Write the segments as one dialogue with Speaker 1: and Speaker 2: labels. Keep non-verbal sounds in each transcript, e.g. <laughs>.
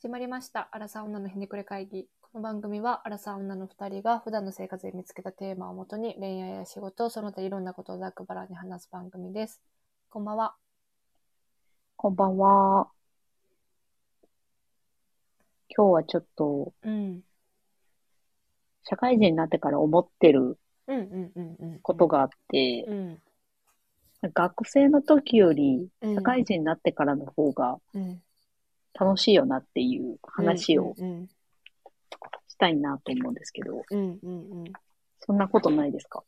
Speaker 1: 始まりました。アラサー女のひねくれ会議。この番組は、アラサー女の二人が普段の生活で見つけたテーマをもとに、恋愛や仕事、その他いろんなことをざっくばらんに話す番組です。こんばんは。
Speaker 2: こんばんは。今日はちょっと、
Speaker 1: うん。
Speaker 2: 社会人になってから思ってる
Speaker 1: うんうんうんうん。
Speaker 2: こと。があって、
Speaker 1: うん。
Speaker 2: 学生の時より
Speaker 1: うん
Speaker 2: 社会人になってからの方が
Speaker 1: うん。
Speaker 2: 楽しいよなっていう話を
Speaker 1: うん
Speaker 2: したいなと思うんですけど、
Speaker 1: うんうんうん。
Speaker 2: そんなことないですか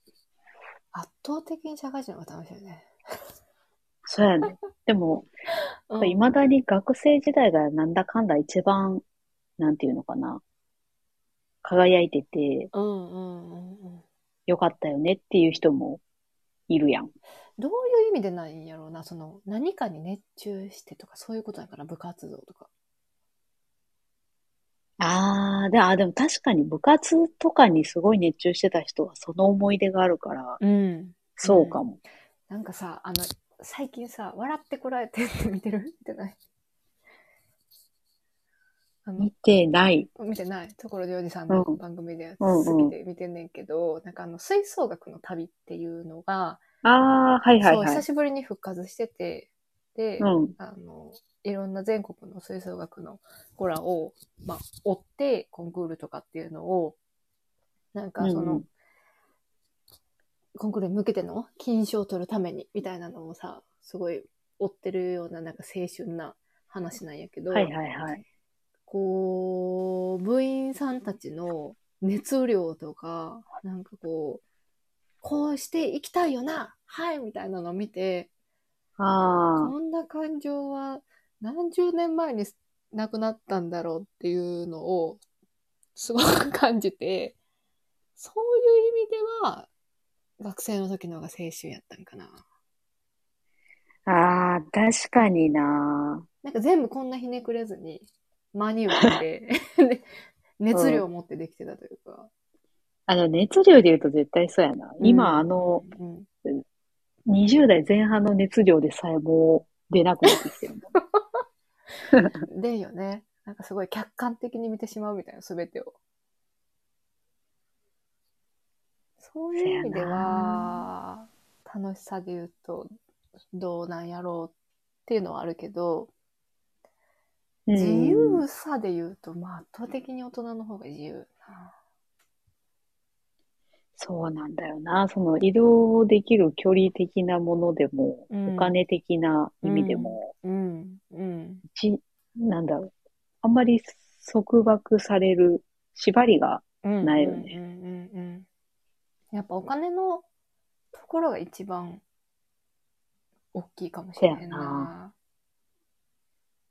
Speaker 1: 圧倒的に社会人の方が楽しいよね。
Speaker 2: そうやね。でも、
Speaker 1: うん
Speaker 2: いまだに学生時代がなんだかんだ一番、なんていうのかな、輝いてて
Speaker 1: うんうんうんうん。
Speaker 2: よかったよねっていう人もいるやん。
Speaker 1: どういう意味でないんやろうな、その、何かに熱中してとか、そういうことやから、部活動とか。
Speaker 2: ああ、で、あ、でも確かに部活とかにすごい熱中してた人はその思い出があるから、
Speaker 1: うん。
Speaker 2: そうかも。
Speaker 1: なんかさ、あの、最近さ、笑ってこられてって見てる <laughs> 見てないあの
Speaker 2: 見、てない。
Speaker 1: 見てない。ところでおじさんの
Speaker 2: うん
Speaker 1: 番組で
Speaker 2: うんうん
Speaker 1: 好きで見てんねんけど、なんかあの、吹奏楽の旅っていうのが、
Speaker 2: ああ、はいはい
Speaker 1: そう、
Speaker 2: は
Speaker 1: 久
Speaker 2: い。
Speaker 1: しぶりに復活してて、で、
Speaker 2: うん、
Speaker 1: あの、いろんな全国の吹奏楽の子らを、まあ、追って、コンクールとかっていうのを、なんかその、
Speaker 2: うんうん
Speaker 1: コンクールに向けての金賞を取るために、みたいなのをさ、すごい追ってるような、なんか青春な話なんやけど、
Speaker 2: はいはいはい。
Speaker 1: こう、部員さんたちの熱量とか、なんかこう、こうしていきたいよなはいみたいなのを見て、
Speaker 2: あ
Speaker 1: こんな感情は何十年前になくなったんだろうっていうのをすごく感じて、そういう意味では学生の時の方が青春やったんかな。
Speaker 2: あ、ああ、確かにな。
Speaker 1: なんか全部こんなひねくれずに間に受けて、で <laughs> 熱量を持ってできてたというか。
Speaker 2: あの、熱量で言うと絶対そうやな。
Speaker 1: うん
Speaker 2: 今、あの、
Speaker 1: うん、
Speaker 2: 20代前半の熱量でさえもう出なくなってきてるもん。
Speaker 1: でよね。なんかすごい客観的に見てしまうみたいな全てを。そういう意味では、楽しさで言うと、どうなんやろうっていうのはあるけど、
Speaker 2: うん
Speaker 1: <laughs> 自由さで言うと、まあ圧倒的に大人の方が自由な。
Speaker 2: そうなんだよな。その移動できる距離的なものでも、
Speaker 1: うん
Speaker 2: お金的な意味でも、
Speaker 1: うん、うん、
Speaker 2: ち、なんだろう。あんまり束縛される縛りが、
Speaker 1: うん。
Speaker 2: ないよね
Speaker 1: うん、うん、うん。やっぱお金のところが一番大きいかもしれへん
Speaker 2: せや
Speaker 1: な
Speaker 2: な。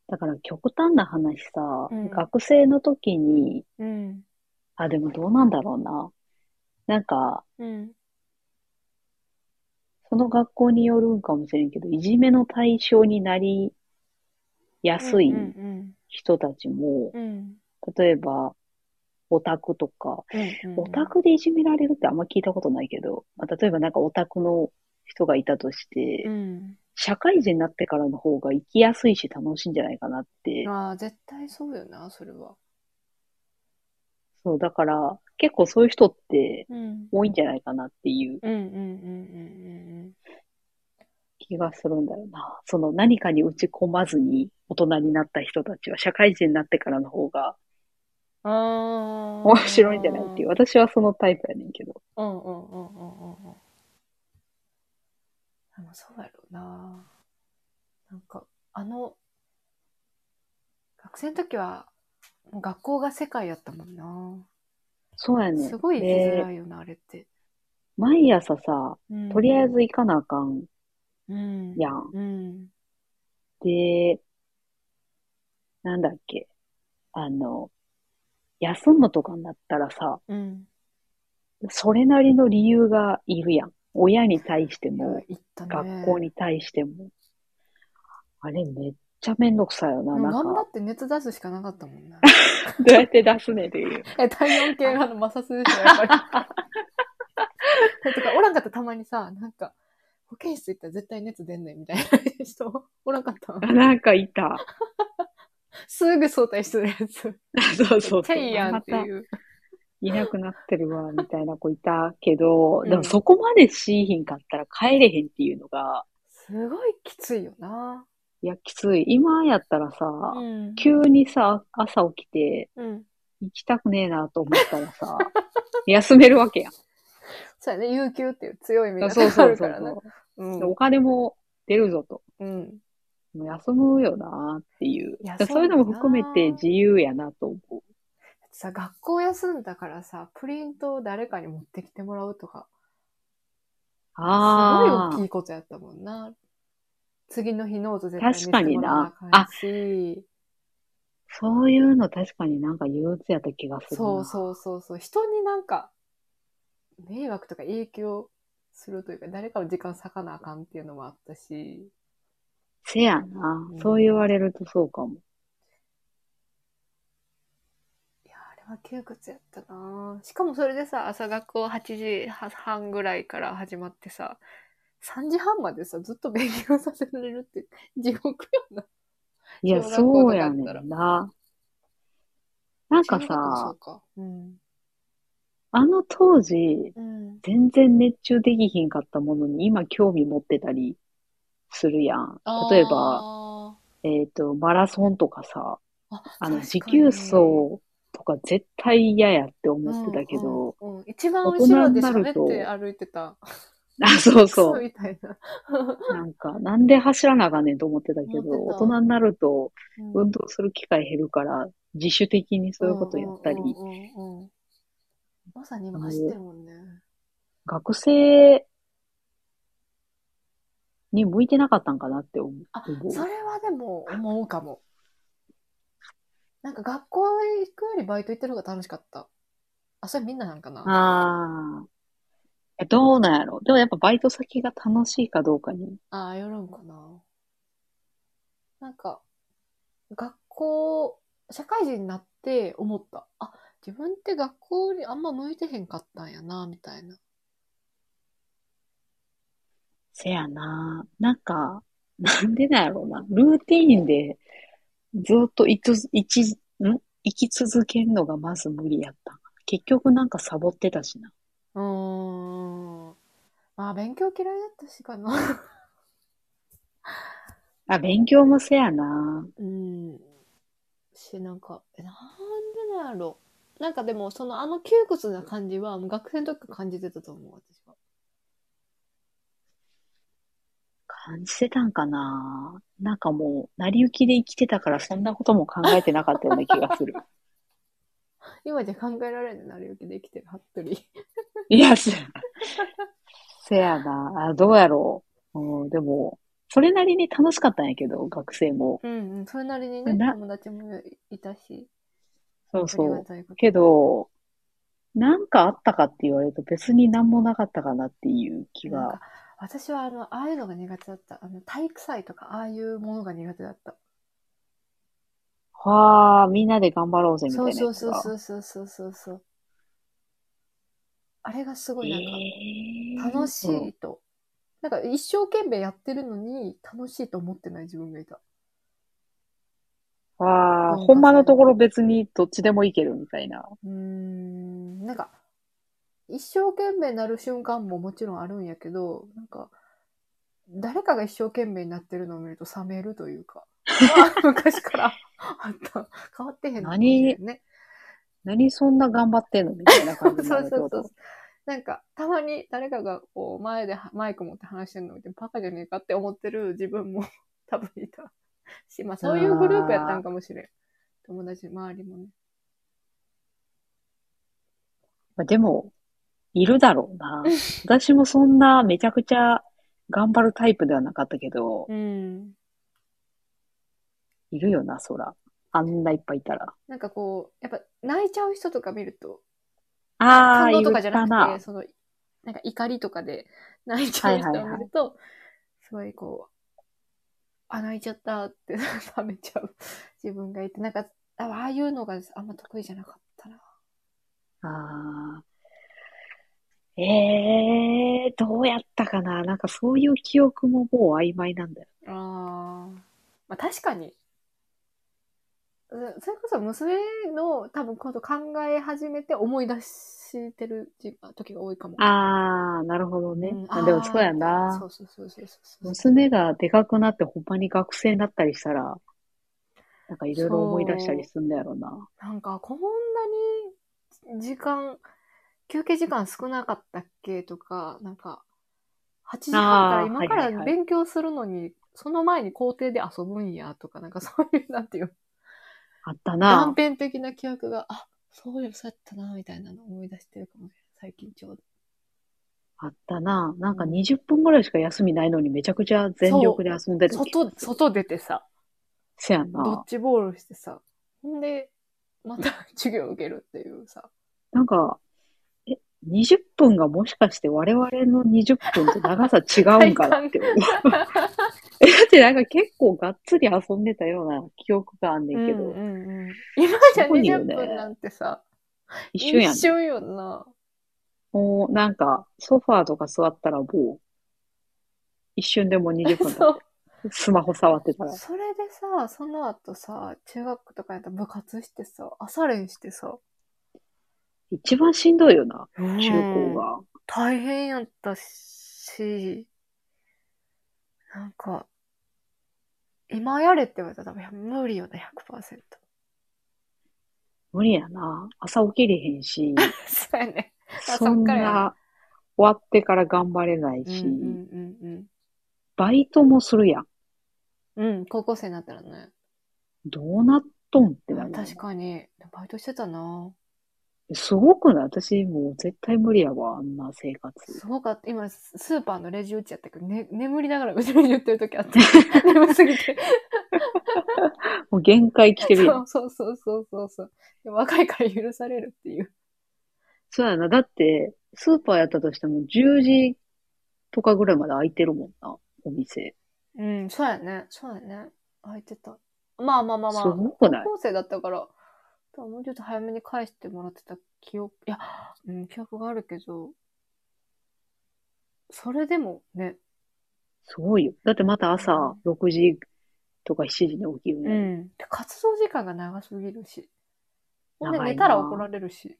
Speaker 2: だから極端な話さ、
Speaker 1: うん
Speaker 2: 学生の時に、
Speaker 1: うん、
Speaker 2: あ、でもどうなんだろうな。なんか、
Speaker 1: うん。
Speaker 2: その学校によるんかもしれんけど、いじめの対象になりやすい
Speaker 1: うん
Speaker 2: 人たちも、
Speaker 1: うんうん
Speaker 2: 例えば、オタクとか、
Speaker 1: うん
Speaker 2: オタクでいじめられるってあんま聞いたことないけど、まあ例えばなんかオタクの人がいたとして、
Speaker 1: うん
Speaker 2: 社会人になってからの方が生きやすいし楽しいんじゃないかなって。
Speaker 1: ああ絶対そうよなそれは
Speaker 2: そう、だから結構そういう人って
Speaker 1: うん
Speaker 2: 多いんじゃないかなっていう
Speaker 1: うんうんうんうん
Speaker 2: 気がするんだよな。その何かに打ち込まずに大人になった人たちは社会人になってからの方が
Speaker 1: うんああ
Speaker 2: 面白いんじゃないっていう。私はそのタイプやねんけど。
Speaker 1: うんうんうんうんうんうんでもそうやろうななんかあの学生の時はもう学校が世界やったもんな
Speaker 2: そうやねん。
Speaker 1: すごい生きづ
Speaker 2: で
Speaker 1: らいよなあれって
Speaker 2: 毎朝さ、とりあえず行かなあかん
Speaker 1: うん
Speaker 2: やん。
Speaker 1: うん
Speaker 2: で、なんだっけ。あの、休むとかになったらさ、
Speaker 1: うん
Speaker 2: それなりの理由がいるやん。親に対して
Speaker 1: いや
Speaker 2: も、
Speaker 1: 行ったね
Speaker 2: 学校に対しても。あれ、めっちゃめんどくさいよな。
Speaker 1: もう
Speaker 2: なん
Speaker 1: 頑張
Speaker 2: か、
Speaker 1: って熱出すしかなかったもん
Speaker 2: <laughs>
Speaker 1: な。
Speaker 2: どうやって出すねんって
Speaker 1: <laughs>
Speaker 2: いう。
Speaker 1: え、体温計があの摩擦でしょ、やっぱり。えとか、おらんかったらたまにさ、なんか、保健室行ったら絶対熱出んねんみたいな人、おらんかった
Speaker 2: あなんかいた。
Speaker 1: すぐ早退するやつ。
Speaker 2: そうそうそう。
Speaker 1: ちゃいいやん
Speaker 2: ま
Speaker 1: って
Speaker 2: た
Speaker 1: いう。
Speaker 2: いなくなってるわ、みたいな子いたけど、
Speaker 1: うん
Speaker 2: でもそこまでしーひんかったら帰れへんっていうのが、
Speaker 1: すごいきついよな。
Speaker 2: いや、きつい。今やったらさ、
Speaker 1: うん。
Speaker 2: 急にさ、朝起きて、
Speaker 1: うん。
Speaker 2: 行きたくねえなと思ったらさ、休める
Speaker 1: <laughs>
Speaker 2: わけやん。
Speaker 1: そうやね、有給っていう強い味
Speaker 2: そ
Speaker 1: 方
Speaker 2: う
Speaker 1: が
Speaker 2: そ
Speaker 1: あ
Speaker 2: う
Speaker 1: る
Speaker 2: そ
Speaker 1: からね。
Speaker 2: う。
Speaker 1: う
Speaker 2: でお金も出るぞと。
Speaker 1: ん。うん。
Speaker 2: もう休むよなっていう。
Speaker 1: いや
Speaker 2: でそういうのも含めて自由やなと思う。
Speaker 1: さ、学校休んだからさ、プリントを誰かに持ってきてもらうとか、す
Speaker 2: あ
Speaker 1: ごい大
Speaker 2: あ
Speaker 1: き、いことやったもんな。次の日ノート絶対
Speaker 2: 確かに
Speaker 1: 見せ
Speaker 2: な
Speaker 1: てもらわあかんし、
Speaker 2: そういうの確かになんか憂鬱やった気がするな。
Speaker 1: そうそうそうそう。人になんか、迷惑とか影響するというか、誰かの時間割かなあかんっていうのもあったし、
Speaker 2: せやな、
Speaker 1: うん
Speaker 2: そう言われるとそうかも。
Speaker 1: いや、あれは窮屈やったなしかもそれでさ、朝学校8時半ぐらいから始まってさ、3時半までさ、ずっと勉強させられるって地獄やな。
Speaker 2: いや、
Speaker 1: 小学校
Speaker 2: そう
Speaker 1: とか
Speaker 2: や
Speaker 1: だっ
Speaker 2: ね
Speaker 1: たら
Speaker 2: んな。なんか
Speaker 1: 中学もそ
Speaker 2: さ
Speaker 1: う、か。うん。
Speaker 2: あの当時、
Speaker 1: うん。
Speaker 2: 全然熱中できひんかったものに今興味持ってたりするやん。例えば、
Speaker 1: ば、
Speaker 2: えっと、マラソンとかさ、
Speaker 1: あ
Speaker 2: あの、持
Speaker 1: 確かに
Speaker 2: 久走とか絶対嫌やって思ってたけど、
Speaker 1: うんうんうん一番後ろで喋って歩いてた。
Speaker 2: <laughs> あ、そ
Speaker 1: <laughs>
Speaker 2: う
Speaker 1: そ
Speaker 2: そう
Speaker 1: みたいな。
Speaker 2: う。なんか、なんで走らなあかんねんと思ってたけど、
Speaker 1: 思って
Speaker 2: 大
Speaker 1: た
Speaker 2: 人になると
Speaker 1: うん
Speaker 2: <laughs> 運動する機会減るから、自主的にそういうことやったり、
Speaker 1: うんうんうんうんまさに今走ってるもんね。
Speaker 2: 学生に向いてなかったんかなって思う。
Speaker 1: あ
Speaker 2: 思う
Speaker 1: それはでも思うかも。なんか学校行くよりバイト行ってる方が楽しかった。あ、それみんななんかな
Speaker 2: あーえどうなんやろでもやっぱバイト先が楽しいかどうかに。
Speaker 1: ああ、よるんかな。なんか、学校、社会人になって思った。あ、自分って学校にあんま向いてへんかったんやな、みたいな。
Speaker 2: せやな。なんか、なんでなんやろうな。ルーティーンでずっといつ、いち、ん生き続けるのがまず無理やった。結局なんかサボってたしな。
Speaker 1: うーん。まあ、勉強嫌いだったしかな。
Speaker 2: あ、勉強もせやな。
Speaker 1: <laughs> うん。し、なんか、えなんでなんやろ。なんかでも、その、あの窮屈な感じは、もう学生の時から感じてたと思う、私は。
Speaker 2: 感じてたんかな。なんかもう、成り行きで生きてたからそんなことも考えてなかったような気がする。
Speaker 1: 今じゃ考えられんねなるゆきで生きてる、服部。
Speaker 2: いや、せや。せやな。あ、どうやろう。うん、でも、それなりに楽しかったんやけど、学生も。
Speaker 1: うんうん、それなりにね、
Speaker 2: な
Speaker 1: 友達もいたし。
Speaker 2: そうそ
Speaker 1: ありが
Speaker 2: う。
Speaker 1: たいこと
Speaker 2: けど、なんかあったかって言われると別になんもなかったかなっていう気
Speaker 1: なん
Speaker 2: が
Speaker 1: か。私はあの、ああいうのが苦手だった。あの、体育祭とか、ああいうものが苦手だった。
Speaker 2: はあ、みんなで頑張ろうぜみたい
Speaker 1: そ
Speaker 2: な
Speaker 1: う
Speaker 2: やつ
Speaker 1: そうそう
Speaker 2: が。
Speaker 1: そうそうそうそうそう。あれがすごいな
Speaker 2: え
Speaker 1: んか、楽し
Speaker 2: ーうん
Speaker 1: いと。なんか一生懸命やってるのに、楽しいと思ってない自分がいた。
Speaker 2: わ
Speaker 1: なん
Speaker 2: あ、
Speaker 1: か
Speaker 2: ほんまのところ別にどっちでもいけるみたいな。
Speaker 1: うーん、なんか、一生懸命なる瞬間ももちろんあるんやけど、なんか、誰かが一生懸命になってるのを見ると冷めるというか、 <laughs> あ昔からあった。変わってへんのかもしれんね。
Speaker 2: 何そんな頑張ってんのみたいな
Speaker 1: そ
Speaker 2: 感
Speaker 1: う
Speaker 2: じにな
Speaker 1: そ
Speaker 2: る
Speaker 1: う
Speaker 2: ってこ
Speaker 1: <laughs> そ
Speaker 2: と
Speaker 1: う。。なんか、たまに誰かがこう前でマイク持って話してるの見て、バカじゃねえかって思ってる自分も <laughs> 多分いたし、まあそういうグループやったんかもしれん。友達、周りもね。
Speaker 2: まあ、でも、いるだろうな。私もそんなめちゃくちゃ頑張るタイプではなかったけど、
Speaker 1: うん。
Speaker 2: いるよな、そら。あんないっぱいいたら。
Speaker 1: なんかこう、やっぱ泣いちゃう人とか見ると、
Speaker 2: あ
Speaker 1: 感
Speaker 2: あ、
Speaker 1: 動
Speaker 2: い
Speaker 1: と
Speaker 2: る
Speaker 1: かじゃ
Speaker 2: た
Speaker 1: なく
Speaker 2: な
Speaker 1: て、。その、なんか怒りとかで泣いちゃう人を見ると、すごいこう、あ、泣いちゃったって <laughs> 冷めちゃう自分がいて、なんか、あああいうのがあんま得意じゃなかったな。
Speaker 2: あーええどうやったかな。なんかそういう記憶ももう曖昧なんだよ。
Speaker 1: ああ。まあ確かに、それこそ娘の多分こと考え始めて思い出してる時時が多いかも。
Speaker 2: あー、なるほどね
Speaker 1: うん。
Speaker 2: あでもそうや
Speaker 1: そ
Speaker 2: な。
Speaker 1: うそうそうそうそう。
Speaker 2: 娘がでかくなってほんまに学生になったりしたら、なんかいろいろ思い出したりすんだやろな。
Speaker 1: なんか、こんなに時間、休憩時間少なかったっけとか、なんか、8時半から
Speaker 2: あー
Speaker 1: 今か
Speaker 2: はいはい
Speaker 1: ら
Speaker 2: はい
Speaker 1: 勉強するのに、その前に校庭で遊ぶんやとか、なんかそういう、なんていう、
Speaker 2: あった
Speaker 1: 断
Speaker 2: な。
Speaker 1: 片的な記憶が、あ、そういえばそうやったな、みたいなの思い出してるかもしれない。最近ちょうど。
Speaker 2: あったな。なんか20分ぐらいしか休みないのにめちゃくちゃ全力で遊んでた気
Speaker 1: 外、外出てさ、
Speaker 2: せや
Speaker 1: ド
Speaker 2: な
Speaker 1: ッ。ジボールしてさ、ほんで、また授業受けるっていうさ。
Speaker 2: なんか、え、20分がもしかして我々の20分と長さ違うんかなって思う。
Speaker 1: <laughs>
Speaker 2: <laughs> え、だってなんか結構がっつり遊んでたような記憶があんねんけど、
Speaker 1: うんうんうん今じゃ
Speaker 2: すごいよ
Speaker 1: 20
Speaker 2: ね
Speaker 1: 分なんてさ、
Speaker 2: 一瞬やん、
Speaker 1: 一瞬よな。
Speaker 2: もうなんか、ソファーとか座ったらもう、一瞬でもう20分
Speaker 1: そ
Speaker 2: 経
Speaker 1: う。
Speaker 2: って、スマホ触ってたら。
Speaker 1: それでさ、その後さ、中学とかやったら部活してさ、朝練してさ、
Speaker 2: 一番しんどいよな、中高
Speaker 1: うん
Speaker 2: が。
Speaker 1: 大変やったし、なんか、今やれって言われたら多分無理よね、100%。
Speaker 2: 無理やな。朝起きれへ
Speaker 1: <laughs>
Speaker 2: んし、
Speaker 1: そうやね。あ
Speaker 2: そん
Speaker 1: そっからや
Speaker 2: な、終わってから頑張れない
Speaker 1: うんう
Speaker 2: し、
Speaker 1: んうん
Speaker 2: バイトもするやん。
Speaker 1: うん。うん、高校生になったらね。
Speaker 2: どうなっとんってなる。
Speaker 1: 確かに、バイトしてたな。
Speaker 2: すごくない私もう絶対無理やわ、あんな生活。
Speaker 1: すごかった。今、ススーパーのレジ打ちやったけど、ね、眠りながらうちに言ってる時あ
Speaker 2: <laughs>
Speaker 1: った。眠すぎて。
Speaker 2: もう限界来てるやん。
Speaker 1: そうそうそうそうそう。でも若いから許されるっていう。
Speaker 2: そうやな。だって、スーパーやったとしても10時とかぐらいまで開いてるもんな、お店。
Speaker 1: うん、そうやね。そうやね。空いてた。まあまあまあまあ。
Speaker 2: すごくない
Speaker 1: 高校生だったから、多分もうちょっと早めに返してもらってた記憶、いや、うん、記憶があるけど、それでもね、
Speaker 2: すごいよ。だってまた朝6時とか7時に起きる
Speaker 1: う
Speaker 2: ね。
Speaker 1: ん。で活動時間が長すぎるし。ほんで
Speaker 2: 長いな
Speaker 1: 寝たら怒られるし。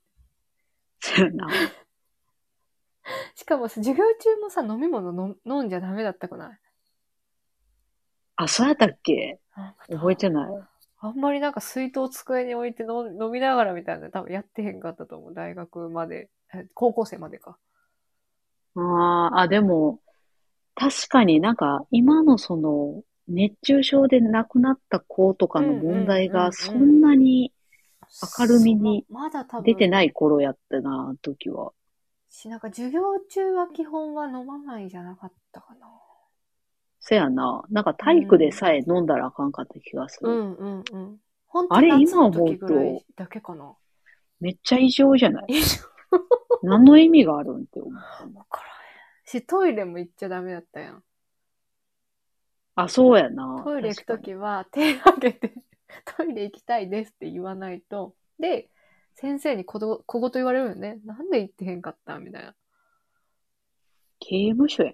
Speaker 2: そうやな。
Speaker 1: しかもさ、授業中もさ、飲み物の飲んじゃダメだったくない
Speaker 2: あ、そうやったっけ覚えてない。
Speaker 1: あんまりなんか水筒机に置いて飲飲みながらみたいなの多分やってへんかったと思う。大学まで。え高校生までか。
Speaker 2: あーあ、でも、確かになんか今のその熱中症で亡くなった子とかの問題
Speaker 1: うんうんうんうん
Speaker 2: がそんなに明るみに
Speaker 1: そのまだ多分。
Speaker 2: 出て
Speaker 1: い。
Speaker 2: ない頃やったな、あの時は。
Speaker 1: し、なんか授業中は基本は飲まないじゃなかったかな。
Speaker 2: せやな。なんか体育でさえ飲んだらあかんかった気がする。
Speaker 1: んうんうん。本
Speaker 2: あれ
Speaker 1: 夏の時
Speaker 2: 今思うと
Speaker 1: ぐらいだけかな。
Speaker 2: めっちゃ異常じゃない
Speaker 1: え、
Speaker 2: 何の意味があるんって思う。
Speaker 1: わからへん。し、トイレも行っちゃダメだったやん。
Speaker 2: あ、そうやな。
Speaker 1: トイレ行くと
Speaker 2: 確か
Speaker 1: きは手挙げて、 <laughs> トイレ行きたいですって言わないと。で、先生にこど小言言われるよね。なんで行ってへんかったみたいな。
Speaker 2: に。刑務所や。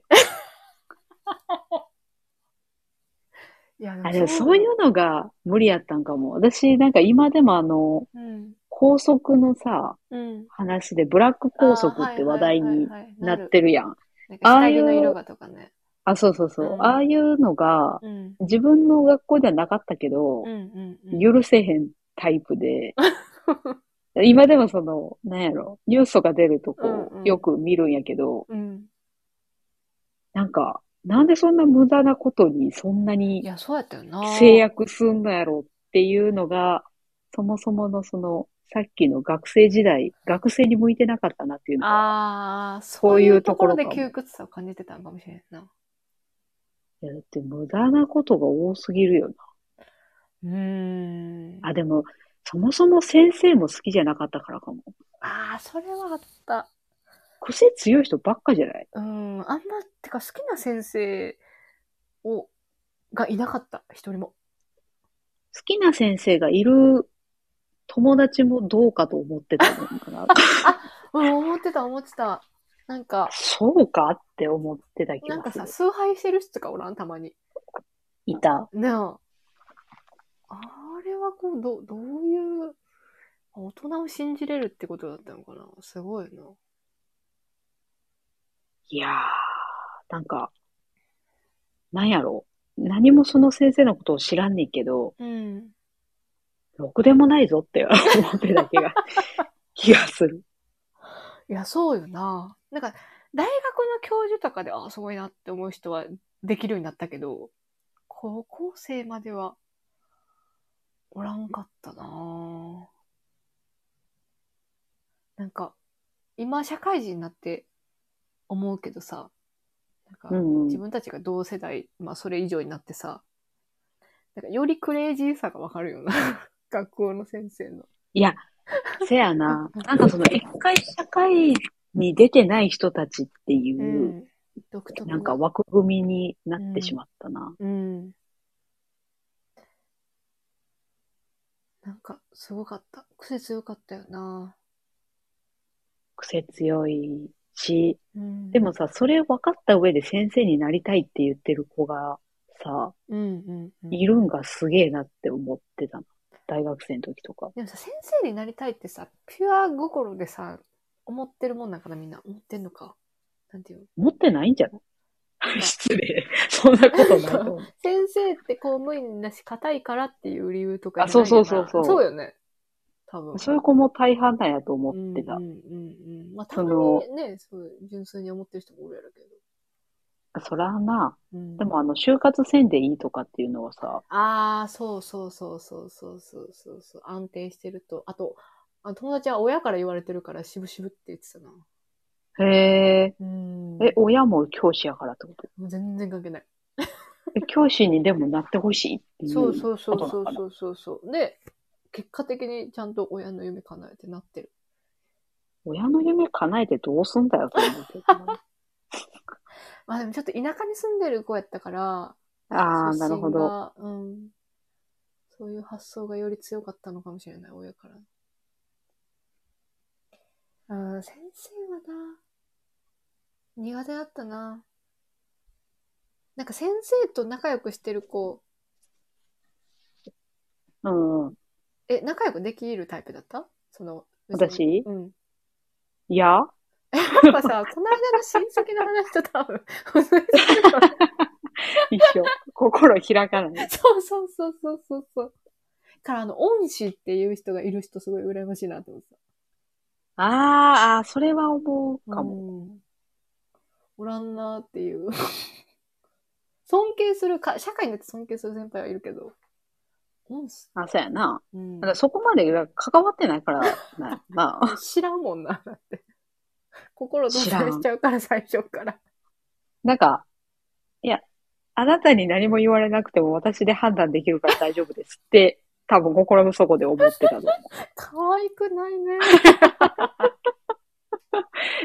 Speaker 1: いや、
Speaker 2: あ、でもそういうのが無理やったんかも。私、なんか今でもあの、
Speaker 1: うん。
Speaker 2: 高速のさ、
Speaker 1: うん。
Speaker 2: 話でブラック高速って話題になってるやん。
Speaker 1: なんか
Speaker 2: ああ
Speaker 1: 下
Speaker 2: い
Speaker 1: 着
Speaker 2: う
Speaker 1: の色がとかね。
Speaker 2: あ、そうそうそうう。
Speaker 1: ん
Speaker 2: ああいうのが、
Speaker 1: うん。
Speaker 2: 自分の学校ではなかったけど
Speaker 1: うんう、んうん。
Speaker 2: 許せへんタイ
Speaker 1: <laughs>
Speaker 2: プで、今でもその、なんやろ、ニュースが出るとこ
Speaker 1: うんうん
Speaker 2: よく見るんやけど、
Speaker 1: うん。
Speaker 2: なんか、なんでそんな無駄なことにそんないに
Speaker 1: や、そうやったよな。
Speaker 2: 制約すんのやろっていうのが、そもそものその、さっきの学生時代、学生に向いてなかったなっていうのが、
Speaker 1: ああ、
Speaker 2: そ
Speaker 1: そうう
Speaker 2: い
Speaker 1: いううと
Speaker 2: とこ
Speaker 1: こ
Speaker 2: ろ
Speaker 1: ろ
Speaker 2: か
Speaker 1: で
Speaker 2: も
Speaker 1: 窮屈さを感じてたんかもしれんな。
Speaker 2: いやだって無駄なことが多すぎるよ
Speaker 1: うーん。
Speaker 2: な。あ、でも、そもそも先生も好きじゃなかったからかも。
Speaker 1: ああ、それはあった。
Speaker 2: 癖強い人ばっかじゃない
Speaker 1: うん、あんま、てか好きな先生を、がいなかった、一人も。
Speaker 2: 好きな先生がいる友達もどうかと思ってたのか
Speaker 1: <laughs>
Speaker 2: な。
Speaker 1: うん、思ってた、思ってた。なんか、
Speaker 2: そうかって思ってた気
Speaker 1: なん
Speaker 2: が
Speaker 1: か
Speaker 2: する
Speaker 1: さ、。崇拝してる人とかおらん、たまに。
Speaker 2: いた。
Speaker 1: ねえ。ああれはこう、ど、どういう、大人を信じれるってことだったのかなすごいな。
Speaker 2: いやー、なんか、なんやろう。何もその先生のことを知らんねんけど、
Speaker 1: うん。
Speaker 2: ろくでもないぞって思ってだけ
Speaker 1: <laughs>
Speaker 2: が、気がする。
Speaker 1: いや、そうよな。なんか、大学の教授とかで、ああ、すごいなって思う人はできるようになったけど、高校生までは、おらんかったななんか、今、社会人になって思うけどさ、なんか、
Speaker 2: うんうん
Speaker 1: 自分たちが同世代、まあ、それ以上になってさ、なんか、よりクレイジーさがわかるよな。 <laughs> 学校の先生の。
Speaker 2: いや、せやな。なんかその、一回社会に出てない人たちっていう、。
Speaker 1: 独特
Speaker 2: なん
Speaker 1: な
Speaker 2: か枠組みになってしまったな。
Speaker 1: うん。なんか、すごかった。癖強かったよな。
Speaker 2: 癖強いし、
Speaker 1: うん。
Speaker 2: で、もさ、それ分かった上で先生になりたいって言ってる子がさ、
Speaker 1: うんうん、うん。
Speaker 2: いるんがすげえなって思ってたな。大学生の時とか。
Speaker 1: でもさ、先生になりたいってさ、ピュア心でさ、思ってるもんなんかな、みんな。思ってんのか。なんていうの
Speaker 2: 持ってないんじゃない失礼。 <laughs> そんなことないと思う。
Speaker 1: 先生って公務員だし、硬いからっていう理由とか
Speaker 2: あそうそうそう
Speaker 1: じゃないよな
Speaker 2: そう
Speaker 1: そうよね。多分。
Speaker 2: そういう子も大半なんやと思ってた。
Speaker 1: うんうんうんうん。まあ、た
Speaker 2: そ
Speaker 1: ま
Speaker 2: の
Speaker 1: にね、そう、純粋に思ってる人もおるやろうけど。
Speaker 2: そらな、
Speaker 1: うん、
Speaker 2: でもあの、就活せんでいいとかっていうのはさ、
Speaker 1: ああ、そうそうそうそうそうそうそうそう。安定してると。あと、あ友達は親から言われてるから、しぶしぶって言ってたな。
Speaker 2: へえ、
Speaker 1: うん
Speaker 2: え、親も教師やからってこと
Speaker 1: もう全然関係ない。
Speaker 2: え教師にでもなってほしいっていう。
Speaker 1: そうそうそう
Speaker 2: こと
Speaker 1: そう
Speaker 2: なのか
Speaker 1: そうそうそう。で、結果的にちゃんと親の夢叶えてなってる。
Speaker 2: 親の夢叶えてどうすんだよと思うけどな。
Speaker 1: まあでもちょっと田舎に住んでる子やったから、
Speaker 2: <laughs> ああ、
Speaker 1: 出身
Speaker 2: なるほど。
Speaker 1: がうん。そういう発想がより強かったのかもしれない、親から。あー先生はな、苦手だったな。なんか先生と仲良くしてる子、
Speaker 2: うんうん。
Speaker 1: え、仲良くできるタイプだったその、
Speaker 2: 私
Speaker 1: うん。
Speaker 2: いや、
Speaker 1: やっぱさ、 <laughs> この間の親戚の話と多分、 <laughs> 普通にするわ
Speaker 2: 一緒。 <laughs> 心開かない。
Speaker 1: そうそうそうそうそうそう。から、あの、恩師っていう人がいる人、すごい羨ましいなって思ってた。
Speaker 2: あーあー、それは思うかも。
Speaker 1: うん。おらんなーっていう。 <laughs> 尊敬するか、社会に出て尊敬する先輩はいるけど。うんす。
Speaker 2: あ、そうやな。
Speaker 1: うん
Speaker 2: だか、らそこまで関わってないから <laughs> な、な。
Speaker 1: 知らんもんな、だって。 <laughs> 心動
Speaker 2: 知
Speaker 1: 揺
Speaker 2: らん
Speaker 1: しちゃうから、最初から。
Speaker 2: なんか、いや、あなたに何も言われなくても私で判断できるから大丈夫ですって、多分心の底で思ってたの。だか
Speaker 1: 可愛く
Speaker 2: <laughs>
Speaker 1: ないね。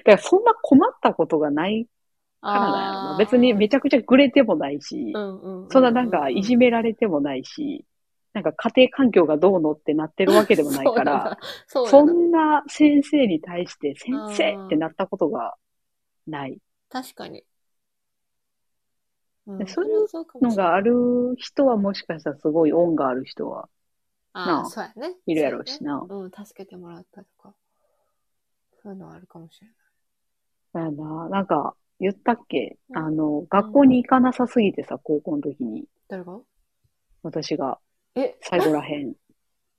Speaker 2: らそんな困ったことがないからだよな。別にめ
Speaker 1: ち
Speaker 2: ちゃくちゃグレてもないし、
Speaker 1: ゃ、うんうんうう
Speaker 2: そんななんかいじめられてもないし、なんか家庭環境がどうのってなってるわけでもないから、、
Speaker 1: そうやな
Speaker 2: そ
Speaker 1: そうやなん
Speaker 2: な先生に対して先生ってなったことがない
Speaker 1: 確かに。う
Speaker 2: で
Speaker 1: ん、
Speaker 2: そういう
Speaker 1: れはそうかも
Speaker 2: の
Speaker 1: しれない
Speaker 2: がある人はもしかしたらすごい恩がある人は
Speaker 1: あ
Speaker 2: な
Speaker 1: あ、
Speaker 2: あ
Speaker 1: そうやね。
Speaker 2: いるやろうしな。
Speaker 1: そうやねうん、助けてもらったとか。そういうのはあるかもしれない。
Speaker 2: だよな。なんか、言ったっけ
Speaker 1: うん
Speaker 2: あの、学校に行かなさすぎてさ、高校の時に、
Speaker 1: 誰が
Speaker 2: 私が、
Speaker 1: え、
Speaker 2: 最後らへん。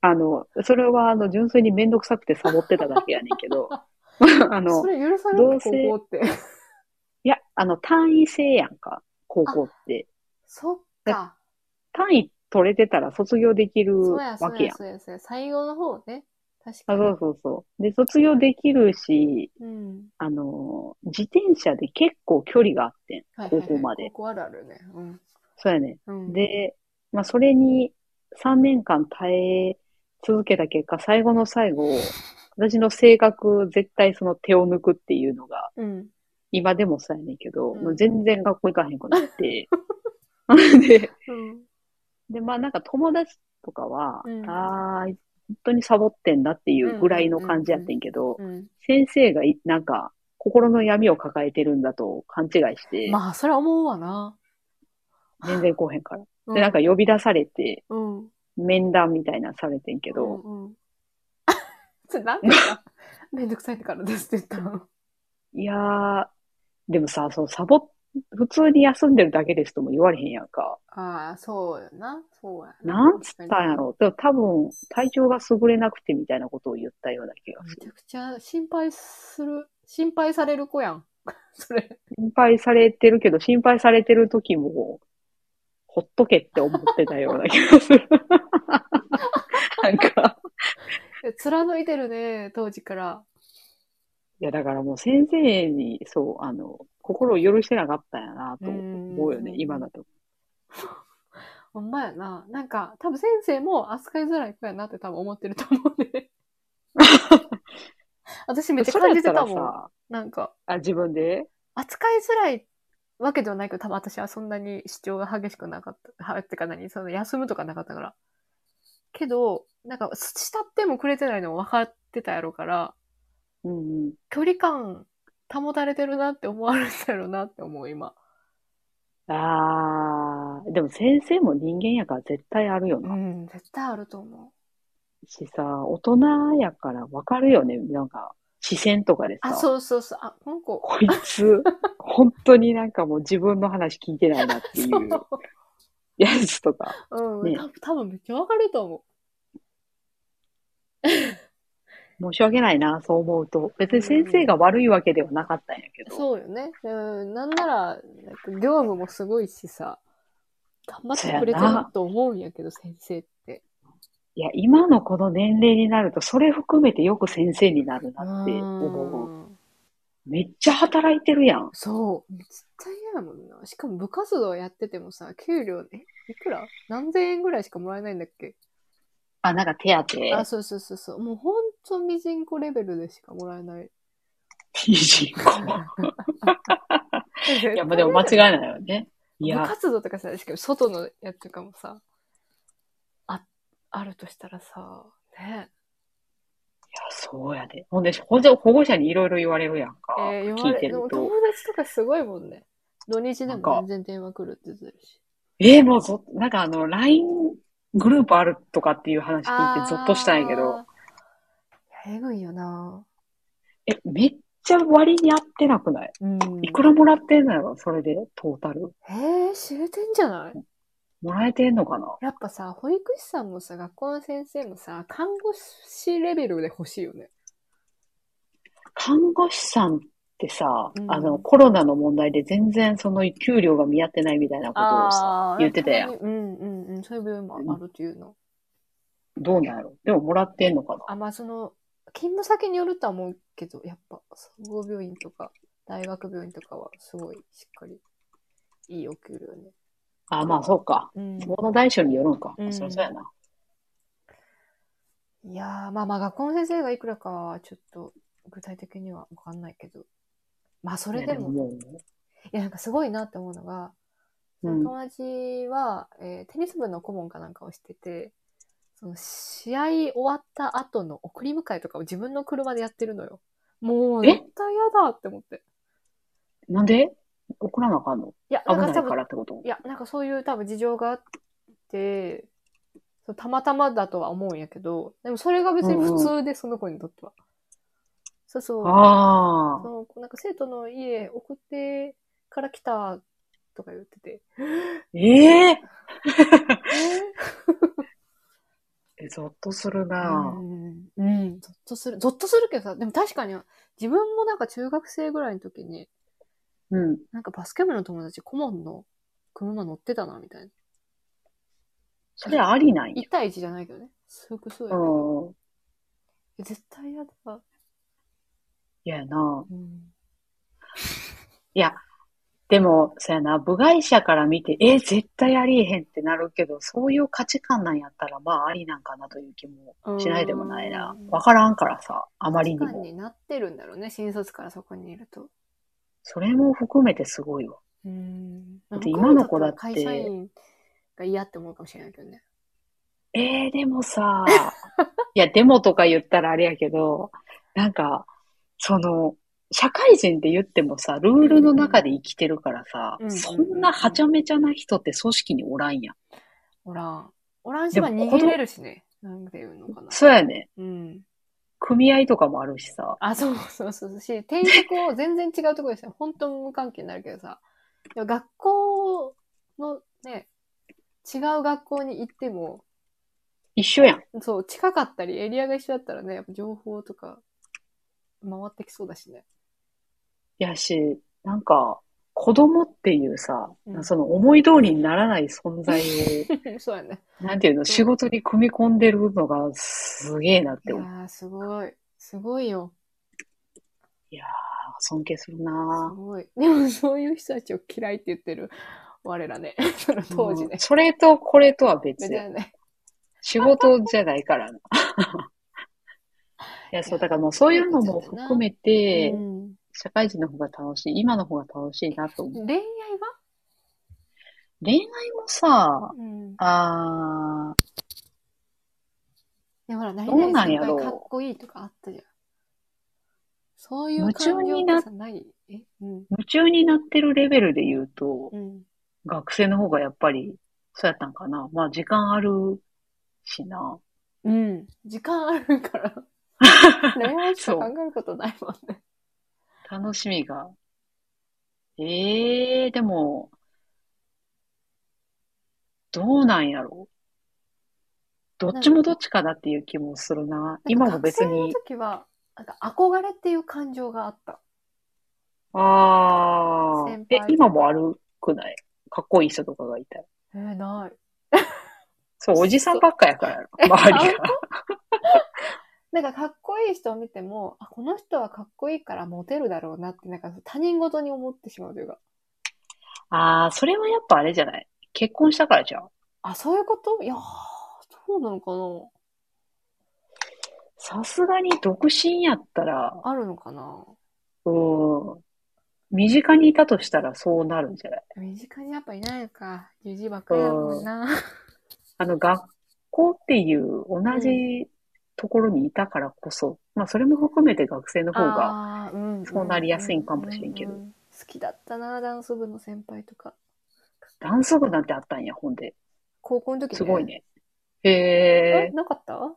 Speaker 2: あの、それは、あの、純粋にめんどくさくてサボってただけやねんけ
Speaker 1: <laughs>
Speaker 2: ど、あ
Speaker 1: そ
Speaker 2: の、
Speaker 1: れ許され
Speaker 2: ど
Speaker 1: る
Speaker 2: うせ
Speaker 1: 高校って。
Speaker 2: いや、あの、単位制やんか、高校って。
Speaker 1: そっ
Speaker 2: <laughs>
Speaker 1: か。
Speaker 2: 単位取れてたら卒業できる
Speaker 1: そうや、そ
Speaker 2: わ
Speaker 1: う
Speaker 2: け
Speaker 1: や、
Speaker 2: やん。
Speaker 1: そうや、そうや。最後の方ね。確か
Speaker 2: あ、
Speaker 1: に。
Speaker 2: そうそうそう。で、卒業できるし、
Speaker 1: うん。
Speaker 2: あの、自転車で結構距離があってん。
Speaker 1: はいはい
Speaker 2: 高
Speaker 1: はい
Speaker 2: 校まで。
Speaker 1: 高校あるあるね。うん。
Speaker 2: そうやねん。
Speaker 1: うん、
Speaker 2: で、まあ、それに3年間耐え続けた結果、最後の最後、私の性格、絶対その手を抜くっていうのが、
Speaker 1: うん。
Speaker 2: 今でもそうやねんけど、
Speaker 1: うん
Speaker 2: もう全然学校行かへんくなって。
Speaker 1: <laughs>
Speaker 2: <laughs> で、
Speaker 1: うん。
Speaker 2: で、まあなんか友達とかは、
Speaker 1: うん
Speaker 2: ああ、本当にサボってんだっていうぐらいの感じやってんけど、
Speaker 1: うん。
Speaker 2: 先生がいなんか、心の闇を抱えてるんだと勘違いして、
Speaker 1: まあ、それは思うわな。
Speaker 2: 全然来おへんから。
Speaker 1: う
Speaker 2: で、なんか、呼び出されて、
Speaker 1: うん。
Speaker 2: 面談みたいなのされてんけど、
Speaker 1: <laughs> うんうん、それなんで
Speaker 2: <laughs>
Speaker 1: かめんどくさいからですって言ったの。
Speaker 2: いやー、でもさ、そのサボ、普通に休んでるだけですとも言われへんやんか。
Speaker 1: ああ、そうやな。そうや
Speaker 2: なんつったんやろでも多分、体調が優れなくてみたいなことを言ったような気がす
Speaker 1: めちゃ
Speaker 2: る。
Speaker 1: くちゃ心配する、心配される子やん。 <laughs> それ。
Speaker 2: 心配されてるけど、心配されてる時も、ほっとけって思ってたような気がする。なんか、
Speaker 1: え貫いてるね、当時から。
Speaker 2: いやだからもう先生に、そう、あの、心を許してなかったんやなと思うよね
Speaker 1: う、ん
Speaker 2: 今だと。
Speaker 1: ほんまやな。なんか、多分先生も扱いづらい子やなって多分思ってると思う
Speaker 2: <laughs>
Speaker 1: ね。私めっちゃ感じてた
Speaker 2: それ
Speaker 1: も
Speaker 2: や
Speaker 1: ん。
Speaker 2: っらさ
Speaker 1: なんか、
Speaker 2: あ、自分で
Speaker 1: 扱いづらいわけではないけど、多分私はそんなに主張が激しくなかった。は、ってか何その休むとかなかったから。けど、なんか、慕ってもくれてないのも分かってたやろから、
Speaker 2: うんうん。
Speaker 1: 距離感保たれてるなって思われてるなって思う、今。
Speaker 2: ああ、でも先生も人間やから絶対あるよな。
Speaker 1: ん、絶対あると思う。
Speaker 2: しさ、大人やからわかるよね。なんか、視線とかで
Speaker 1: あ、
Speaker 2: さ、
Speaker 1: そうそうそう。あ、この子。
Speaker 2: こいつ、本当になんかもう自分の話聞いてないなっていう
Speaker 1: <laughs>
Speaker 2: やつとか。
Speaker 1: そう。うん、
Speaker 2: ね
Speaker 1: 多分多分めっちゃわかると思
Speaker 2: 申し訳ないな、そう思うと。別に先生が悪いわけではなかったんやけ
Speaker 1: う。
Speaker 2: ど。
Speaker 1: そうよね。うん、なんなら、なんか業務もすごいしさ、頑張ってくれて
Speaker 2: そや
Speaker 1: る
Speaker 2: な
Speaker 1: と思うんやけど、先生って。
Speaker 2: いや、今のこの年齢になると、それ含めてよく先生になるなって思う。
Speaker 1: うん
Speaker 2: めっちゃ働いてるやん。
Speaker 1: そう。絶対嫌やもんな。しかも部活動やっててもさ、給料、え、いくら何千円ぐらいしかもらえないんだっけ
Speaker 2: あ、なんか手
Speaker 1: あ、
Speaker 2: 当。
Speaker 1: そうそうそうそう。もうほんとミジンコレベルでしかもらえ
Speaker 2: <laughs>
Speaker 1: ない。
Speaker 2: いい人口。いや、まあでも間違いないよね。い
Speaker 1: 部
Speaker 2: や、
Speaker 1: 活動とかさ、しかも外のやつとかもさ、あ、あるとしたらさ、ね
Speaker 2: そうやで。ほんで、ほんで保護者にいろいろ言われるやんか。
Speaker 1: えー、言
Speaker 2: 聞
Speaker 1: わ
Speaker 2: いて
Speaker 1: れ、
Speaker 2: る
Speaker 1: でも友
Speaker 2: と。
Speaker 1: 達とかすごいもんね。土日で
Speaker 2: なん
Speaker 1: も
Speaker 2: か
Speaker 1: 全然電話来るって言ってるし。
Speaker 2: えーもうぞ、なんかあの、LINE グループあるとかっていう話聞い
Speaker 1: あ
Speaker 2: てゾッとしたんやけ
Speaker 1: ー
Speaker 2: ど、。
Speaker 1: いやえぐいよな
Speaker 2: え、めっちゃ割に合ってなくない
Speaker 1: うん。
Speaker 2: いくらもらってんのやろそれで、トータル。
Speaker 1: えー、知れてんじゃない
Speaker 2: もらえてんのかな
Speaker 1: やっぱさ、保育士さんもさ、学校の先生もさ、看護師レベルで欲しいよね。
Speaker 2: 看護師さんってさ、
Speaker 1: うん
Speaker 2: あの、コロナの問題で全然その給料が見合ってないみたいなことをさ、
Speaker 1: あ
Speaker 2: ー言ってたやん
Speaker 1: うんうんうん、そういう部分もあるっていうの。
Speaker 2: どうなんやろでももらってんのかな
Speaker 1: あ、まあその、勤務先によるとは思うけど、やっぱ、総合病院とか、大学病院とかは、すごい、しっかり、いいお給料ね。
Speaker 2: あ、まあそうか。
Speaker 1: うん。
Speaker 2: もの大小によるんか。
Speaker 1: うん
Speaker 2: そりゃそうやな。
Speaker 1: いやー、まあまあ、学校の先生がいくらかは、ちょっと、具体的にはわかんないけど。まあ、それでも、
Speaker 2: いや
Speaker 1: い
Speaker 2: も
Speaker 1: や、なんかすごいなって思うのが、
Speaker 2: う、うん。
Speaker 1: 友達は、えーテニス部の顧問かなんかをしてて、その試合終わった後の送り迎えとかを自分の車でやってるのよ。もう、
Speaker 2: え
Speaker 1: 絶対嫌だって思って。
Speaker 2: なんで怒らなあかんの
Speaker 1: いや、
Speaker 2: 危
Speaker 1: なんか
Speaker 2: な
Speaker 1: 多
Speaker 2: い
Speaker 1: 分
Speaker 2: からってこと
Speaker 1: いや、なんかそういう多分事情があって、そうたまたまだとは思うんやけど、でもそれが別に普通で、その子にとっては。そうそう。
Speaker 2: ああ。
Speaker 1: そのなんか生徒の家送ってから来たとか言ってて。
Speaker 2: ええ
Speaker 1: え
Speaker 2: えゾッとする
Speaker 1: ー
Speaker 2: な
Speaker 1: う
Speaker 2: ぁ。
Speaker 1: ん。うん。ゾッとする。ゾッとするけどさ、でも確かに自分もなんか中学生ぐらいの時に、
Speaker 2: うん。
Speaker 1: なんかバスケ部の友達、顧問の車乗ってたな、みたいな。
Speaker 2: それありなんや
Speaker 1: 1。対1じゃないけどね。すごくそうや
Speaker 2: う
Speaker 1: けど。
Speaker 2: ん。
Speaker 1: 絶対嫌だ。
Speaker 2: いやなぁ。
Speaker 1: うん。
Speaker 2: いや、でも、そやな、部外者から見て、え、絶対ありえへんってなるけど、そういう価値観なんやったら、まあ、ありなんかなという気もしないでもないな
Speaker 1: うん。
Speaker 2: わからんからさ、あまりに
Speaker 1: 時間
Speaker 2: も。
Speaker 1: になってるんだろうね、新卒からそこにいると。
Speaker 2: それも含めてすごいわ。
Speaker 1: うん。
Speaker 2: だって今の子だって
Speaker 1: 会社員が嫌って思うかもしれないけどね。
Speaker 2: えー、でもさ、いや、でもとか言ったらあれやけど、なんか、その、社会人って言ってもさ、ルールの中で生きてるからさ
Speaker 1: う、ん
Speaker 2: そんなはちゃめちゃな人って組織におらんやん。
Speaker 1: ほらん。オランジは逃げれるしね。なんていうのかな。
Speaker 2: そうやね。
Speaker 1: うん。
Speaker 2: 組合とかもあるしさ。
Speaker 1: あ、そうそうそう。し、転職を全然違うところでした。本当無関係になるけどさ。でも学校のね、違う学校に行っても、
Speaker 2: 一緒やん。
Speaker 1: そう、近かったり、エリアが一緒だったらね、やっぱ情報とか、回ってきそうだしね。 <laughs>
Speaker 2: やし、なんか、子供っていうさ、
Speaker 1: うん
Speaker 2: その思い通りにならない存在
Speaker 1: <laughs>
Speaker 2: を、
Speaker 1: そうやね。
Speaker 2: なんていうの、仕事に組み込んでるのがすげえなっ
Speaker 1: い
Speaker 2: て
Speaker 1: や
Speaker 2: 思う。
Speaker 1: ー、すごい。すごいよ。
Speaker 2: 尊敬する
Speaker 1: す
Speaker 2: な
Speaker 1: ごい。でも、そういう人たちを嫌いって言ってる、我らね。 <laughs> その当時
Speaker 2: うん
Speaker 1: ね。
Speaker 2: それとこれとは別
Speaker 1: 別だ
Speaker 2: で。
Speaker 1: よね。
Speaker 2: 仕事じゃないからな。 <laughs> いや、そう、だからもうそういうのも含めて
Speaker 1: う、ん
Speaker 2: 社会人の方が楽しい、今の方が楽しいなと思う。
Speaker 1: 恋愛は
Speaker 2: 恋愛もさ、
Speaker 1: うん。
Speaker 2: あー、
Speaker 1: でほら、何
Speaker 2: どう
Speaker 1: 々
Speaker 2: なん
Speaker 1: 先
Speaker 2: やろう
Speaker 1: 輩かっこいいとかあったじゃん。そういう
Speaker 2: 夢中
Speaker 1: 感情
Speaker 2: に
Speaker 1: っ
Speaker 2: な
Speaker 1: てさ、ないえうん。
Speaker 2: 夢中になってるレベルで言うと
Speaker 1: う、ん。
Speaker 2: 学生の方がやっぱり、そうやったんかな。まあ、時間あるしな。
Speaker 1: うん。時間ある
Speaker 2: <laughs>
Speaker 1: から。恋愛しか考えることないもんね。
Speaker 2: 楽しみが。ええでも、どうなんやろどっちもどっちかだっていう気もするな。今も別
Speaker 1: なん
Speaker 2: に
Speaker 1: か学生の、時は、なんか憧れっていう感情があった。
Speaker 2: ああ
Speaker 1: 先、
Speaker 2: え
Speaker 1: 輩、
Speaker 2: 今も悪くないかっこいい人とかがいたら。
Speaker 1: えー、ない。
Speaker 2: そう、おじさんばっかやからやろ、周りが。
Speaker 1: なんかかっこいい人を見ても、あ、この人はかっこいいからモテるだろうなって、なんか他人事に思ってしまうというか。
Speaker 2: ああ、それはやっぱあれじゃない結婚したからじゃん。
Speaker 1: あ、そういうこといやー、そうなのかな
Speaker 2: さすがに独身やったら、
Speaker 1: あるのかな
Speaker 2: うーん。身近にいたとしたらそうなるんじゃない
Speaker 1: 身近にやっぱいないのか。じじばっかりだもんな。
Speaker 2: あの、学校っていう同じところにいたからこそ、まあそれも含めて学生の方が、
Speaker 1: あーうん
Speaker 2: そうなりやすいんかもしれんけど
Speaker 1: うう好きだったな、ダンス部の先輩とか。
Speaker 2: ダンス部なんてあったんや、ほんで。
Speaker 1: 高校の時
Speaker 2: すごい。ね。へ
Speaker 1: え
Speaker 2: え。
Speaker 1: なかった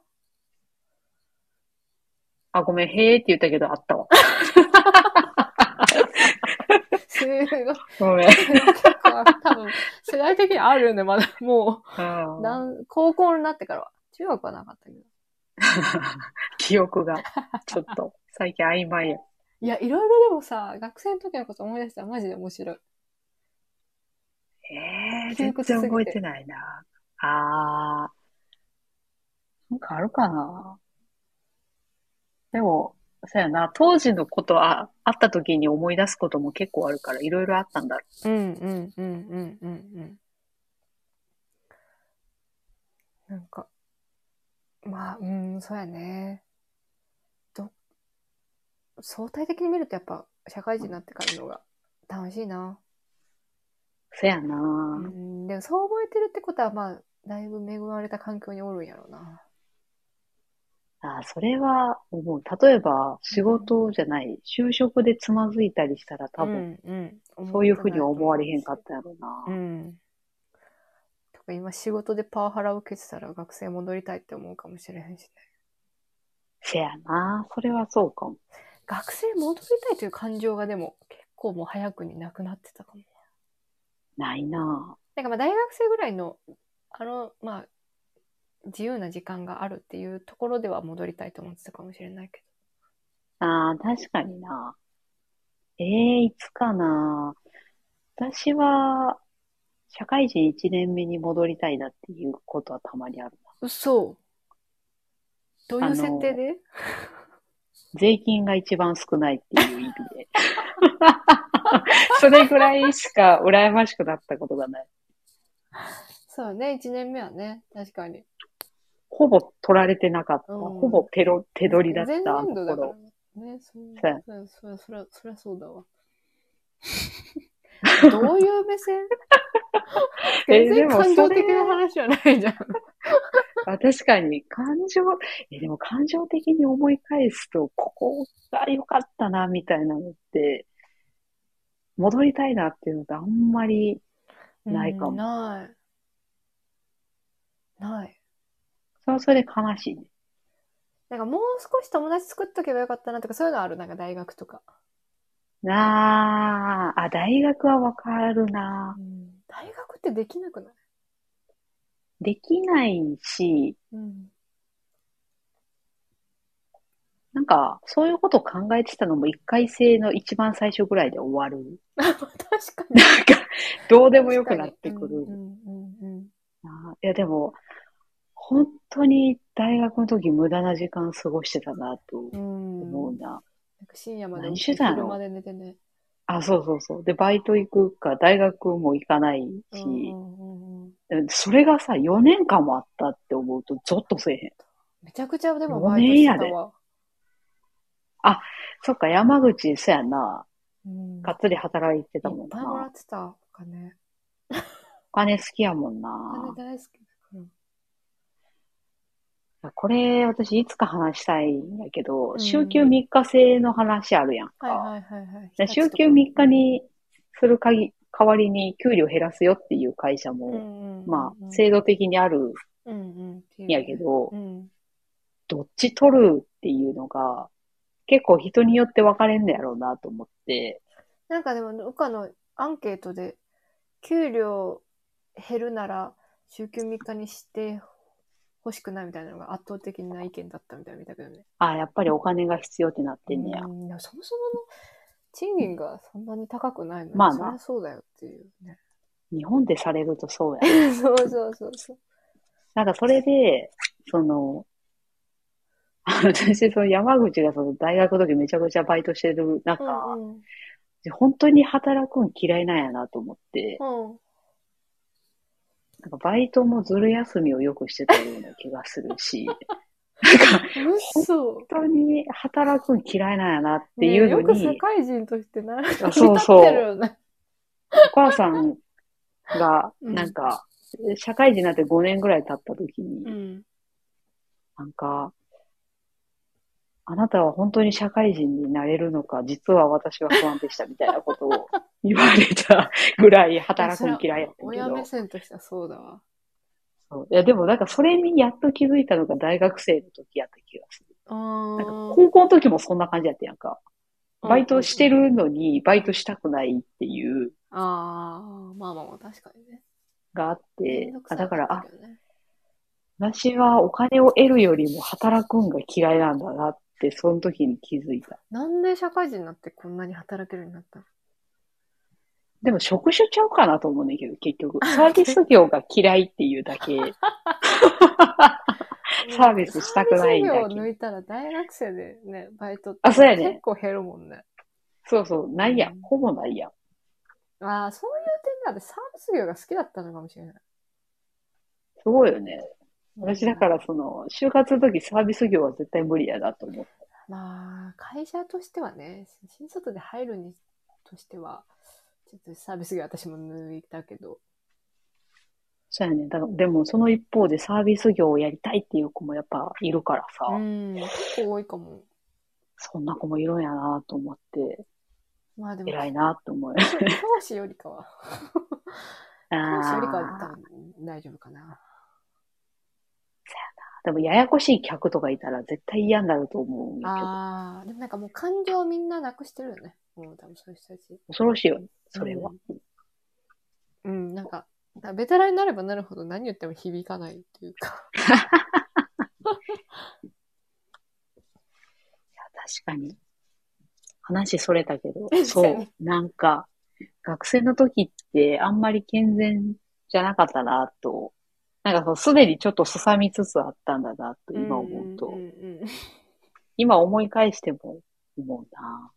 Speaker 2: あ、ごめん、へえって言ったけど、あったわ。
Speaker 1: すごい。結
Speaker 2: ごめん。
Speaker 1: 構、多分、世代的にあるよね、まだ。も
Speaker 2: あ
Speaker 1: う、
Speaker 2: ー
Speaker 1: ダン高校になってからは。中学はなかったけど。
Speaker 2: 記憶が、ちょっと、最近曖昧や。
Speaker 1: いや、いろいろでもさ、学生の時のこと思い出したらマジで面白い。
Speaker 2: ええ、
Speaker 1: 記
Speaker 2: 全
Speaker 1: 憶すぎて
Speaker 2: 然覚えてないな。ああ。なんかあるかな。でも、そうやな、当時のことは、あった時に思い出すことも結構あるから、いろいろあったんだろ
Speaker 1: うんうんうんうんうんうん。なんか、まあ、うん、そうやね。ど、相対的に見るとやっぱ社会人になってからの方が楽しいな。
Speaker 2: う。そうや
Speaker 1: う
Speaker 2: な。
Speaker 1: ん、でもそう覚えてるってことはまあ、だいぶ恵まれた環境におるんやろうな。
Speaker 2: ああ、それは思う。例えば、仕事じゃない、就職でつまずいたりしたら多分、
Speaker 1: うん、うん。
Speaker 2: そういうふうには思われへんかったやろう
Speaker 1: う
Speaker 2: な。
Speaker 1: ん。とか今仕事でパワハラを受けてたら学生戻りたいって思うかもしれへんしね。
Speaker 2: せやな。それはそうかも。
Speaker 1: 学生戻りたいという感情がでも結構もう早くになくなってたかも。
Speaker 2: ないな。
Speaker 1: なんかまあ大学生ぐらいの、あの、まあ、自由な時間があるっていうところでは戻りたいと思ってたかもしれないけ
Speaker 2: ああ、確かにな。ええいつかな。私は、社会人1年目に戻りたいなっていうことはたまにあるな。
Speaker 1: ど。嘘どうい
Speaker 2: あ
Speaker 1: う
Speaker 2: の
Speaker 1: 設定で
Speaker 2: 税金が一番少ないっていう意味
Speaker 1: <laughs>
Speaker 2: で。それぐらいしか羨ましくなったことがない。
Speaker 1: そうね、1年目はね、確かに。
Speaker 2: ほぼ取られてなかった。
Speaker 1: うん
Speaker 2: ほぼペロ、手取りだった
Speaker 1: 前
Speaker 2: とこ
Speaker 1: 年度だから
Speaker 2: ろ。
Speaker 1: ね、そう
Speaker 2: そうや
Speaker 1: そりゃそりゃそりゃそうだ
Speaker 2: <laughs>
Speaker 1: わ。どういう目線
Speaker 2: <laughs>
Speaker 1: 全
Speaker 2: えで
Speaker 1: 然
Speaker 2: もそ
Speaker 1: 感
Speaker 2: れ
Speaker 1: 情的な話じゃないじゃん。
Speaker 2: あ確かに、感情、え、でも感情的に思い返すと、ここが良かったな、みたいなのって、戻りたいなっていうのってあんまりないかも
Speaker 1: うんない。ない。
Speaker 2: それはそれで悲しいね。
Speaker 1: なんかもう少し友達作っとけばよかったなとかそういうのある。なんか大学とか。
Speaker 2: なあ、あ、大学はわかるな。
Speaker 1: 大学ってできなくない
Speaker 2: できないし、
Speaker 1: うん。
Speaker 2: なんか、そういうことを考えてたのも一回生の一番最初ぐらいで終わる。
Speaker 1: <laughs> 確かに。
Speaker 2: なんか、どうでもよくなってくる
Speaker 1: う。んうんうんうん。
Speaker 2: なあいや、でも、本当に大学の時無駄な時間過ごしてたなと
Speaker 1: うん
Speaker 2: 思うな。
Speaker 1: なんか深夜まで
Speaker 2: 何
Speaker 1: 起
Speaker 2: し
Speaker 1: き
Speaker 2: て
Speaker 1: て
Speaker 2: たの
Speaker 1: 昼まで寝てね。
Speaker 2: あ、そうそうそう。で、バイト行くか、大学も行かないし、
Speaker 1: うんうんうんうん
Speaker 2: それがさ、4年間もあったって思うと、ゾッとせえへん。
Speaker 1: めちゃくちゃでも
Speaker 2: ご
Speaker 1: バ
Speaker 2: め
Speaker 1: イト
Speaker 2: ん
Speaker 1: し
Speaker 2: や
Speaker 1: て
Speaker 2: で
Speaker 1: たわ。
Speaker 2: そっか、山口、そやな。
Speaker 1: うん
Speaker 2: がっつり働いてたも
Speaker 1: い
Speaker 2: ん
Speaker 1: っぱいもら
Speaker 2: な。
Speaker 1: ってたお金。
Speaker 2: お金好きやもん
Speaker 1: お
Speaker 2: な
Speaker 1: 金。大好きだから。
Speaker 2: これ、私、いつか話したいんやけど、
Speaker 1: ん
Speaker 2: 週休3日制の話あるやんか。
Speaker 1: はいはいはいはい。
Speaker 2: で週休3日にするかぎ代わりに給料減らすよっていう会社
Speaker 1: うんう
Speaker 2: も、
Speaker 1: んうんうん、
Speaker 2: まあ、制度的にあるん
Speaker 1: うんうん、
Speaker 2: やけど、
Speaker 1: うん、
Speaker 2: どっち取るっていうのが、結構人によって分かれんのやろうなと思って、
Speaker 1: なんかでも、どっかのアンケートで、給料減るなら、週休3日にして欲しくないみたいなのが圧倒的な意見だったみたいな見たけどね。
Speaker 2: ああ、やっぱりお金が必要ってなってんねや
Speaker 1: う。んいやそもそもの賃金がそんなに高くないのに、
Speaker 2: まあな
Speaker 1: そりゃそうだよっていうね。 <laughs>
Speaker 2: 日本でされるとそうや。
Speaker 1: そうそうそうそう。
Speaker 2: なんかそれで、その、私、その山口がその大学の時めちゃくちゃバイトしてる中、
Speaker 1: うんうん
Speaker 2: 本当に働くん嫌いなんやなと思って、
Speaker 1: うん、
Speaker 2: なんかバイトもずる休みをよくしてたような気がするし、 <laughs>
Speaker 1: うっそ。
Speaker 2: 本当に働くん嫌いなんやなっていうの
Speaker 1: ねえ
Speaker 2: に、
Speaker 1: よく社会人としてな、
Speaker 2: そう
Speaker 1: 引き立ってるよね。
Speaker 2: お母さんが、
Speaker 1: うん
Speaker 2: なんか、社会人になって5年ぐらい経った時に、
Speaker 1: うん。
Speaker 2: なんか、あなたは本当に社会人になれるのか、実は私は不安でしたみたいなこと
Speaker 1: <laughs>
Speaker 2: を言われたぐらい働くの嫌いやったけ
Speaker 1: 親目
Speaker 2: ど。
Speaker 1: 線としてはそうだわ。
Speaker 2: そういや、でもなんかそれにやっと気づいたのが大学生の時やった気がする。
Speaker 1: な
Speaker 2: なんか高校の時もそんな感じやったやんか。バイトして
Speaker 1: る。
Speaker 2: るのにバイトしたくないっていう
Speaker 1: ああ、まあまあまあ、確かにね。
Speaker 2: があっ
Speaker 1: め
Speaker 2: て
Speaker 1: んどく、さ
Speaker 2: あ
Speaker 1: い
Speaker 2: だから、あ
Speaker 1: け、どね
Speaker 2: 私はお金を得るよりも働くんが嫌いなんだなって、その時に気づいた。
Speaker 1: なんで社会人になってこんなに働けるようになったの
Speaker 2: でも職種ちゃうかなと思うねんだけど、
Speaker 1: <laughs>
Speaker 2: 結局。サービス業が嫌いっていうだけ。サービスしたくないんだけど
Speaker 1: サービス業を抜いたら大学生でね、バイトって
Speaker 2: あそうやね
Speaker 1: 結構減るもんね。
Speaker 2: そうそう、ないやん。ほぼないやん。
Speaker 1: ああ、そういう点で私サービス業が好きだったのかもしれない。
Speaker 2: すごいよね。私だからその、就活の時サービス業は絶対無理やなと思う。
Speaker 1: まあ、会社としてはね、新卒で入るにとしては、ちょっとサービス業私も抜いたけど、
Speaker 2: そうやね。だからでもその一方でサービス業をやりたいっていう子もやっぱいるからさ、
Speaker 1: うん、結構多いかも。
Speaker 2: そんな子もいるんやなと思って、
Speaker 1: まあでも、
Speaker 2: 偉いなと思う。
Speaker 1: 教教師よりか
Speaker 2: <laughs>
Speaker 1: は。教師よりかは多
Speaker 2: あー
Speaker 1: 分大丈夫かな。
Speaker 2: でもややこしい客とかいたら絶対嫌になると思うんだけど、
Speaker 1: ああ、でもなんかもう感情みんななくしてるよね。もう多分そういう人たち。
Speaker 2: 恐ろしいよね、それは。
Speaker 1: うん、なんか、ベテランになればなるほど何言っても響かないっていうか。、
Speaker 2: 確かに。話それたけどそ
Speaker 1: そうや
Speaker 2: う
Speaker 1: ね、
Speaker 2: なんか、学生の時ってあんまり健全じゃなかったなと、なんかそう、すでにちょっとすさみつつあったんだなと、今思うと、
Speaker 1: んんんうん
Speaker 2: 今思い返しても思うな。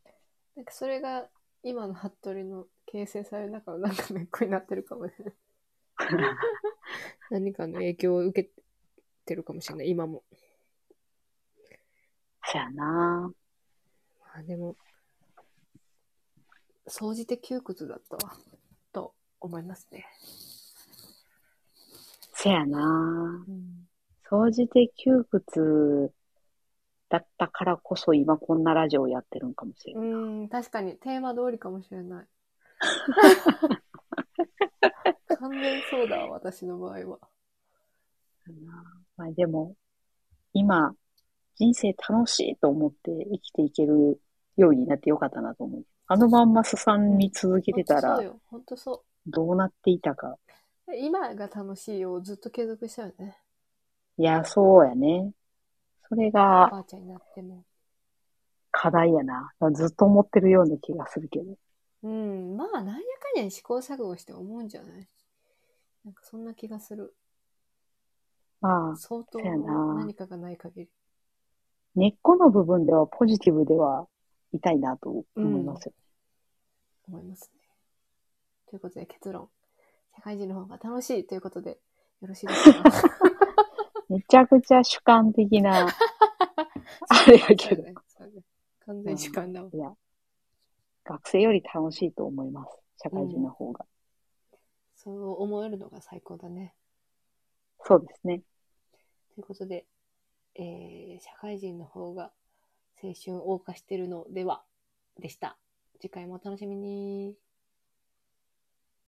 Speaker 1: なんかそれが今の服部の形成される中のなんか根っこになってるかもしれない。何かの影響を受けてるかもしれない、今も。
Speaker 2: <laughs> そやな。
Speaker 1: まあでも、総じて窮屈だったわ、と思いますね。
Speaker 2: そやな。
Speaker 1: うん、
Speaker 2: 総じて窮屈だったからこそ今こんなラジオやってるんかもしれん。
Speaker 1: うん確かにテーマ通りかもしれ
Speaker 2: <laughs>
Speaker 1: ない。完全そうだわ、私の場合は。
Speaker 2: かな。まあでも、今、人生楽しいと思って生きていけるようになってよかったなと思う。あのまんますさんに続けてた
Speaker 1: ほんとそう
Speaker 2: ら、
Speaker 1: よ。ほんとそ
Speaker 2: どうなっていたか。
Speaker 1: う。今が楽しいよ。ずっと継続しちゃうよね。
Speaker 2: いや、そうやね。それ
Speaker 1: お
Speaker 2: が
Speaker 1: ばあちゃんになっても。
Speaker 2: 課題やな。ずっと思ってるような気がするけど。
Speaker 1: うん。まあ、なんやかんやに試行錯誤して思うんじゃないなんかそんな気がする。
Speaker 2: まあ、
Speaker 1: 相当
Speaker 2: そやな
Speaker 1: 何かがない限り。
Speaker 2: 根っこの部分ではポジティブではいたいなと思いますよ。
Speaker 1: 思いますね。ということで結論。世界人の方が楽しいということで、よろしいです
Speaker 2: <laughs>
Speaker 1: か
Speaker 2: めちゃくちゃ主観的な、あれやけど。
Speaker 1: ね。そうね <laughs> 完全主観だわ。
Speaker 2: いや、学生より楽しいと思います。社会人の方が。
Speaker 1: そう思えるのが最高だね。
Speaker 2: そうですね。
Speaker 1: ということで、えー社会人の方が青春を謳歌してるのではでした。次回もお楽しみに。